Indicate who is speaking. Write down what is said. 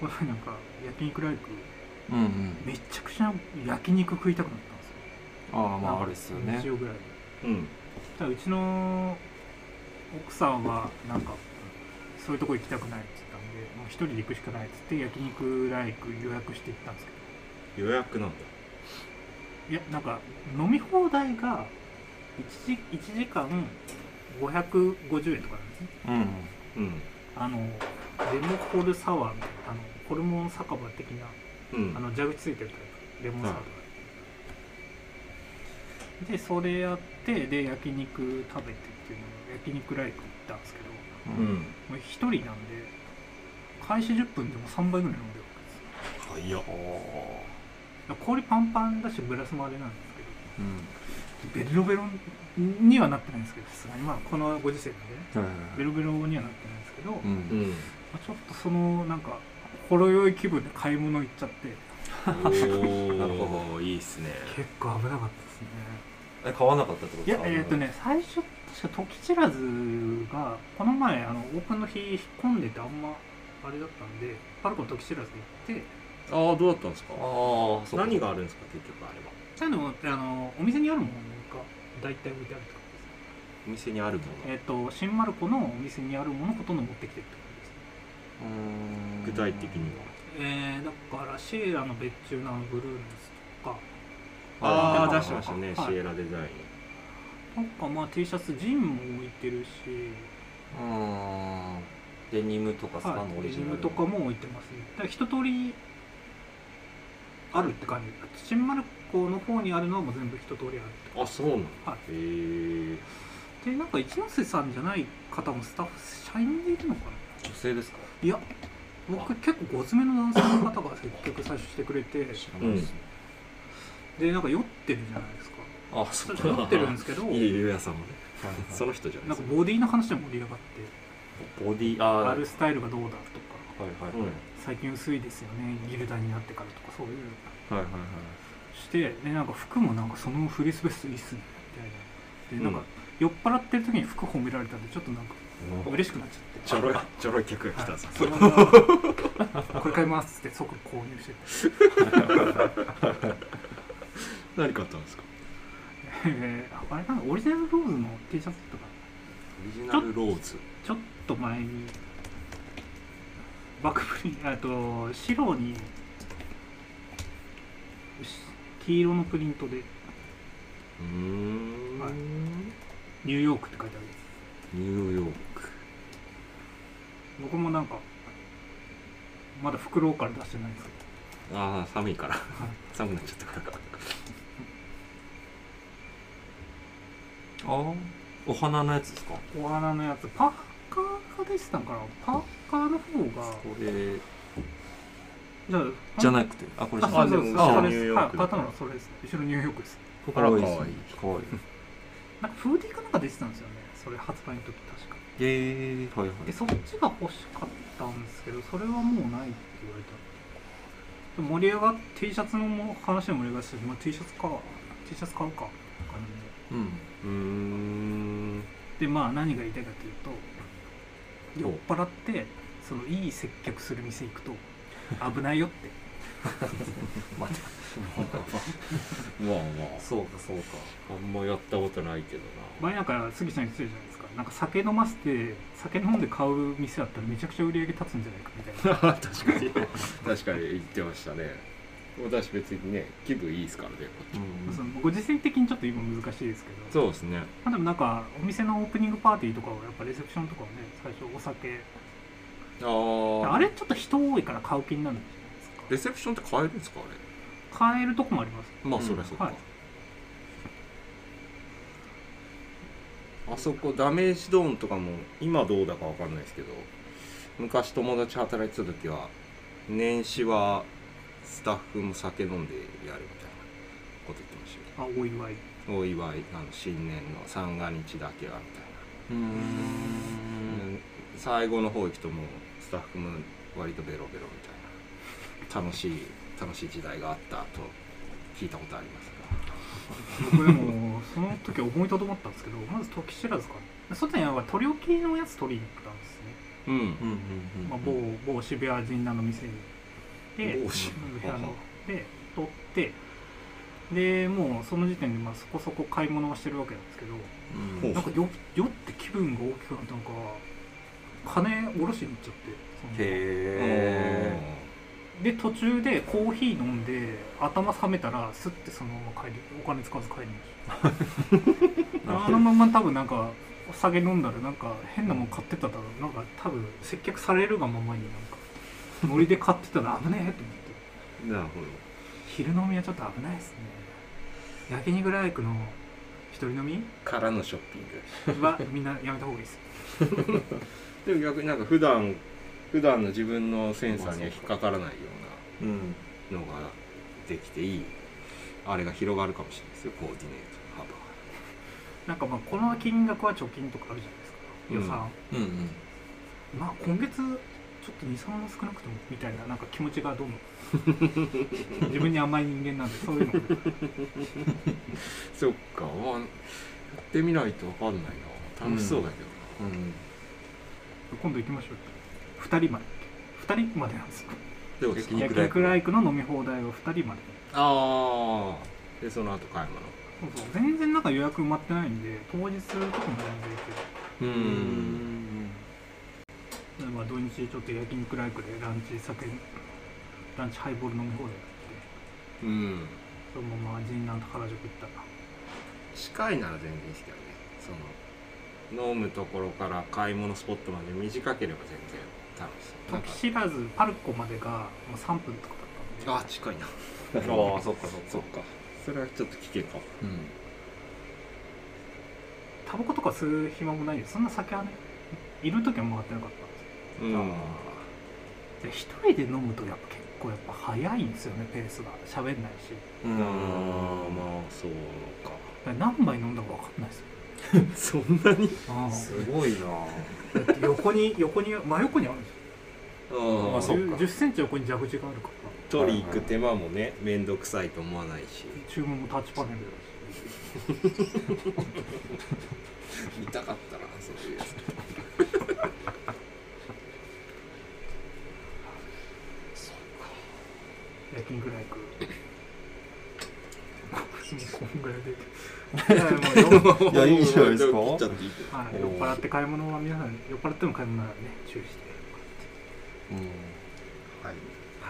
Speaker 1: この前なんか焼肉ライク
Speaker 2: うんうん
Speaker 1: めちゃくちゃ焼肉食いたくなったんですよ
Speaker 2: ああまああるっすよね
Speaker 1: 日曜ぐらいに
Speaker 2: うん
Speaker 1: ただうちの奥さんはなんかそういうとこ行きたくないっつったんでもう一人で行くしかないっつって焼肉ライク予約して行ったんですけ
Speaker 3: 予約なんだ
Speaker 1: どいやなんか飲み放題が 1, 時1時間550円とかなんですね
Speaker 2: うん
Speaker 3: うん
Speaker 1: あのレモンホールサワーみたいなあのホルモン酒場的な
Speaker 3: うん
Speaker 1: あの蛇口ついてるタイプレモンサワーとか、でそれやってで焼肉食べてっていうのを焼肉ライク行ったんですけど
Speaker 2: う
Speaker 3: うんん
Speaker 1: もう一人なんで開始10分でも3杯ぐらい飲んでるわけですよ
Speaker 3: 早っ
Speaker 2: おー
Speaker 1: だから氷パンパンだしグラスもあれなんです
Speaker 2: うん
Speaker 1: けどベロベロにはなってないんですけどさすがにまあこのご時世なんでね
Speaker 2: はいは
Speaker 1: ベロベロにはなってないんですけど、
Speaker 2: い
Speaker 1: ま
Speaker 3: う
Speaker 2: は
Speaker 3: ん
Speaker 1: あちょっとそのなんかほろ酔い気分で買い物行っちゃって
Speaker 3: お
Speaker 2: なるほ
Speaker 3: どいいっすね
Speaker 1: 結構危なかったですね
Speaker 2: いえ買わなかったってこと
Speaker 1: いや、
Speaker 2: あの
Speaker 1: えっ、とね、最初、確か、時知らずが、この前、あの、オープンの日、引っ込んでて、あんま、あれだったんで、パルコの時知らず行って、
Speaker 3: ああどうだったんですか
Speaker 2: ああそう
Speaker 3: 何があるんですか結局あれは
Speaker 1: そういうのも、あの、お店にあるものが、大体置いてあるってことです。
Speaker 3: お店にあるもの
Speaker 1: えっ、と、新丸子のお店にあるもの、ほとんど持ってきてるってことです。
Speaker 2: うーん
Speaker 3: 具体的には
Speaker 1: えー、だから、シエラの別注のあの、ブルーのやつとか、
Speaker 3: あ
Speaker 1: ー
Speaker 3: あ
Speaker 1: なん
Speaker 3: 出
Speaker 1: か
Speaker 3: してましたね
Speaker 1: はい
Speaker 3: シエラデザイン
Speaker 1: なんか、まあ、T シャツ、ジンも置いてるし、
Speaker 2: うーんデニムとかスパのオ
Speaker 1: デ
Speaker 2: リジ
Speaker 1: ニ
Speaker 2: ナル
Speaker 1: ムとかも置いてますねだから一通りあるって感じ新丸子の方にあるのはもう全部一通りあるって
Speaker 3: あそうなんだ
Speaker 1: はい
Speaker 3: へえ
Speaker 1: でなんか一ノ瀬さんじゃない方もスタッフ社員でいるのかな
Speaker 2: 女性ですか
Speaker 1: いや僕結構ごつめの男性の方が積極最初してくれて
Speaker 2: 知らないですね
Speaker 1: でなんか酔ってるじゃないですか
Speaker 2: あそ
Speaker 1: 最
Speaker 2: っ
Speaker 1: 初
Speaker 2: か
Speaker 1: 酔ってるんですけ ど
Speaker 3: いいゆうやさんもね
Speaker 2: はいはい
Speaker 3: その人じゃない
Speaker 1: なん
Speaker 3: で
Speaker 1: か
Speaker 3: す
Speaker 1: ボディの話で盛り上がって
Speaker 2: ボディあー
Speaker 1: あるスタイルがどうだとか
Speaker 2: はいはい
Speaker 3: うん
Speaker 1: 最近薄いですよねギルダになってからとかそういう
Speaker 2: はいはいはい
Speaker 1: してでなんか服もなんかそのフリースベースいいっすねみたいなでなんか、
Speaker 3: うん
Speaker 1: 酔っ払ってる時に服褒められたんでちょっとなんか嬉しくなっちゃって
Speaker 3: ちょろいちょろい客が来た
Speaker 1: はい
Speaker 3: ぞ
Speaker 1: そのまま これ買いますって即購入して
Speaker 3: 何買ったんですか
Speaker 1: えーあれかなオリジナルローズの T シャツとか
Speaker 3: オリジナルローズ
Speaker 1: ちょっと前にバックプリンあと白にし黄色のプリントで
Speaker 3: うーん
Speaker 1: はいニューヨークって書いてある
Speaker 3: ニューヨーク
Speaker 1: 僕もなんかまだ袋から出してないんですけど
Speaker 3: ああ寒いから寒くなっちゃったから
Speaker 2: あーお花のやつですか
Speaker 1: お花のやつパーカーが出てたんかなパーカーの方が
Speaker 2: これ
Speaker 1: じゃあ
Speaker 2: じゃ
Speaker 1: い
Speaker 2: ないくてあこれ
Speaker 1: あ
Speaker 2: じ
Speaker 1: そ
Speaker 2: ゃ
Speaker 1: う
Speaker 2: な
Speaker 1: そ
Speaker 2: いう
Speaker 1: そう
Speaker 3: あ
Speaker 1: 下
Speaker 3: ニ
Speaker 1: で
Speaker 3: ュー
Speaker 1: す
Speaker 3: ヨー
Speaker 1: はい
Speaker 3: ク
Speaker 1: 買ったのはそれです後ろニューヨークです
Speaker 2: あらかわいい
Speaker 3: かわいい
Speaker 2: かわいい
Speaker 1: なんかフーディーかなんか出てたんですよねそれ発売の時確か
Speaker 2: えー、はいはい
Speaker 1: でそっちが欲しかったんですけどそれはもうないって言われたで盛り上がっ T シャツのも話で盛り上がってたし、まあ、T シャツか T シャツ買うかって感じで
Speaker 2: うん
Speaker 3: うーん
Speaker 1: でまあ何が言いたいかというと酔っ払ってそのいい接客する店行くと危ないよって
Speaker 2: また
Speaker 3: まあまあ
Speaker 2: そうかそうか
Speaker 3: あんまやったことないけどな
Speaker 1: 前なんか杉ちゃん言ってたじゃないですかなんか酒飲ませて酒飲んで買う店だったらめちゃくちゃ売り上げ立つんじゃないかみたいな
Speaker 3: 確かに確かに言ってましたね私別にね気分いいですからねこっち
Speaker 2: うん
Speaker 1: そのご時世的にちょっと今難しいですけど
Speaker 3: そうですね
Speaker 1: まあでもなんかお店のオープニングパーティーとかはやっぱレセプションとかはね最初お酒
Speaker 3: ああ
Speaker 1: あれちょっと人多いから買う気になるんじゃないで
Speaker 3: レ
Speaker 1: す
Speaker 3: セプションって変えるんですかあ
Speaker 1: か買えるとこもあります
Speaker 3: れま
Speaker 2: う
Speaker 3: あ
Speaker 2: ん
Speaker 3: そりゃそうか、
Speaker 1: はい
Speaker 3: あそこダメージドーンとかも今どうだかわかんないですけど昔友達働いてた時は年始はスタッフも酒飲んでやるみたいなこと言ってましたよ
Speaker 1: あお祝い
Speaker 3: お祝いあの新年の三が日だけはみたいな
Speaker 2: うーん
Speaker 3: 最後の方行くともうスタッフも割とベロベロみたいな楽しい楽しい時代があったと聞いたことあります
Speaker 1: 僕でもその時思いとどまったんですけどまず時知らずかな外には取り置きのやつ取りに行ったんですね
Speaker 3: うん
Speaker 2: うんうんうん
Speaker 1: まあ、某某渋谷神社の店で
Speaker 3: 某渋
Speaker 1: うんあので取ってでもうその時点でまあそこそこ買い物をしてるわけなんですけど
Speaker 2: う
Speaker 3: ほ
Speaker 2: ん
Speaker 1: なんか酔酔って気分が大きくなってなんか金下ろしに行っちゃってその
Speaker 2: へ
Speaker 1: で途中でコーヒー飲んで頭冷めたらスッてそのまま帰りお金使わず帰りま し
Speaker 2: なる
Speaker 1: た
Speaker 2: ほ
Speaker 1: あ
Speaker 2: ど
Speaker 1: のまま多分なんかお酒飲んだらなんか変なもん買ってただろうなんか多分接客されるがままになんかノリで買ってたら危ねえと思って
Speaker 3: なるほ
Speaker 1: 昼飲みはちょっと危ないですね焼肉ライクの一人飲み
Speaker 3: どからのショッピン グ
Speaker 1: はみんなやめた方がいいです
Speaker 3: でも逆になんか普段普段の自分のセンサーには引っかからないよ
Speaker 2: えうん
Speaker 3: うなのができていいあれが広がるかもしれないですよコーディネートの幅が
Speaker 1: なんかまあこの金額は貯金とかあるじゃないですか予算、
Speaker 2: うんうん
Speaker 1: まあ今月ちょっと23万少なくてもみたいななんか気持ちがどんどん自分に甘い人間なんでそういうのが
Speaker 3: そっかまあやってみないと分かんないな楽しそうだけ
Speaker 2: う
Speaker 3: ど
Speaker 2: ん
Speaker 1: 今度行きましょう2人まで2人までなんですよ
Speaker 3: な、でも
Speaker 2: 焼
Speaker 1: 焼
Speaker 2: 肉ライク
Speaker 1: 肉ライクの飲み放題を2人まで
Speaker 3: ああでその後買い物
Speaker 1: そうそう全然なんか予約埋まってないんで当日とかも全然行
Speaker 3: う
Speaker 2: うんん
Speaker 1: けるまあ土日ちょっと焼肉ライクでランチ酒ランチハイボール飲み放題やって
Speaker 3: うん
Speaker 1: そのまま神南と原宿行ったら
Speaker 3: 近いなら全然いいですけどねその飲むところから買い物スポットまで短ければ全然楽しそうなんか
Speaker 1: 時知らずパルコまでがもう3分とかだったんで
Speaker 3: あ近いな
Speaker 2: ああそっかそっか
Speaker 3: そっかそれはちょっと危険かも
Speaker 2: うん
Speaker 1: タバコとか吸う暇もないよそんな酒はねいる時は回ってなかったんですよ
Speaker 3: うん
Speaker 1: で一人で飲むとやっぱ結構やっぱ早いんですよねペースが喋んないし
Speaker 2: う
Speaker 3: あ
Speaker 2: ん
Speaker 3: ーまあそう
Speaker 1: だ
Speaker 3: か
Speaker 1: から何杯飲んだか分かんないですよ
Speaker 3: そんなに
Speaker 2: すごいな
Speaker 1: だって横に横に真横にあるんですよ
Speaker 2: まあそうか
Speaker 1: 1 0センチ横に蛇口があるから
Speaker 3: 取り行く手間もね面倒くさいと思わないし
Speaker 1: 注文もタッチパネルだし
Speaker 3: 見たかったなそういうやつ
Speaker 1: 焼肉ライクもうこんぐらいで いや いやもうよ
Speaker 2: いやいいじゃないですか
Speaker 3: 切っちゃっていいけど
Speaker 1: はい、酔っ払って
Speaker 3: 음.
Speaker 1: 買い物は皆さん酔っ払っての買い物ならね注意して
Speaker 2: うん
Speaker 3: はい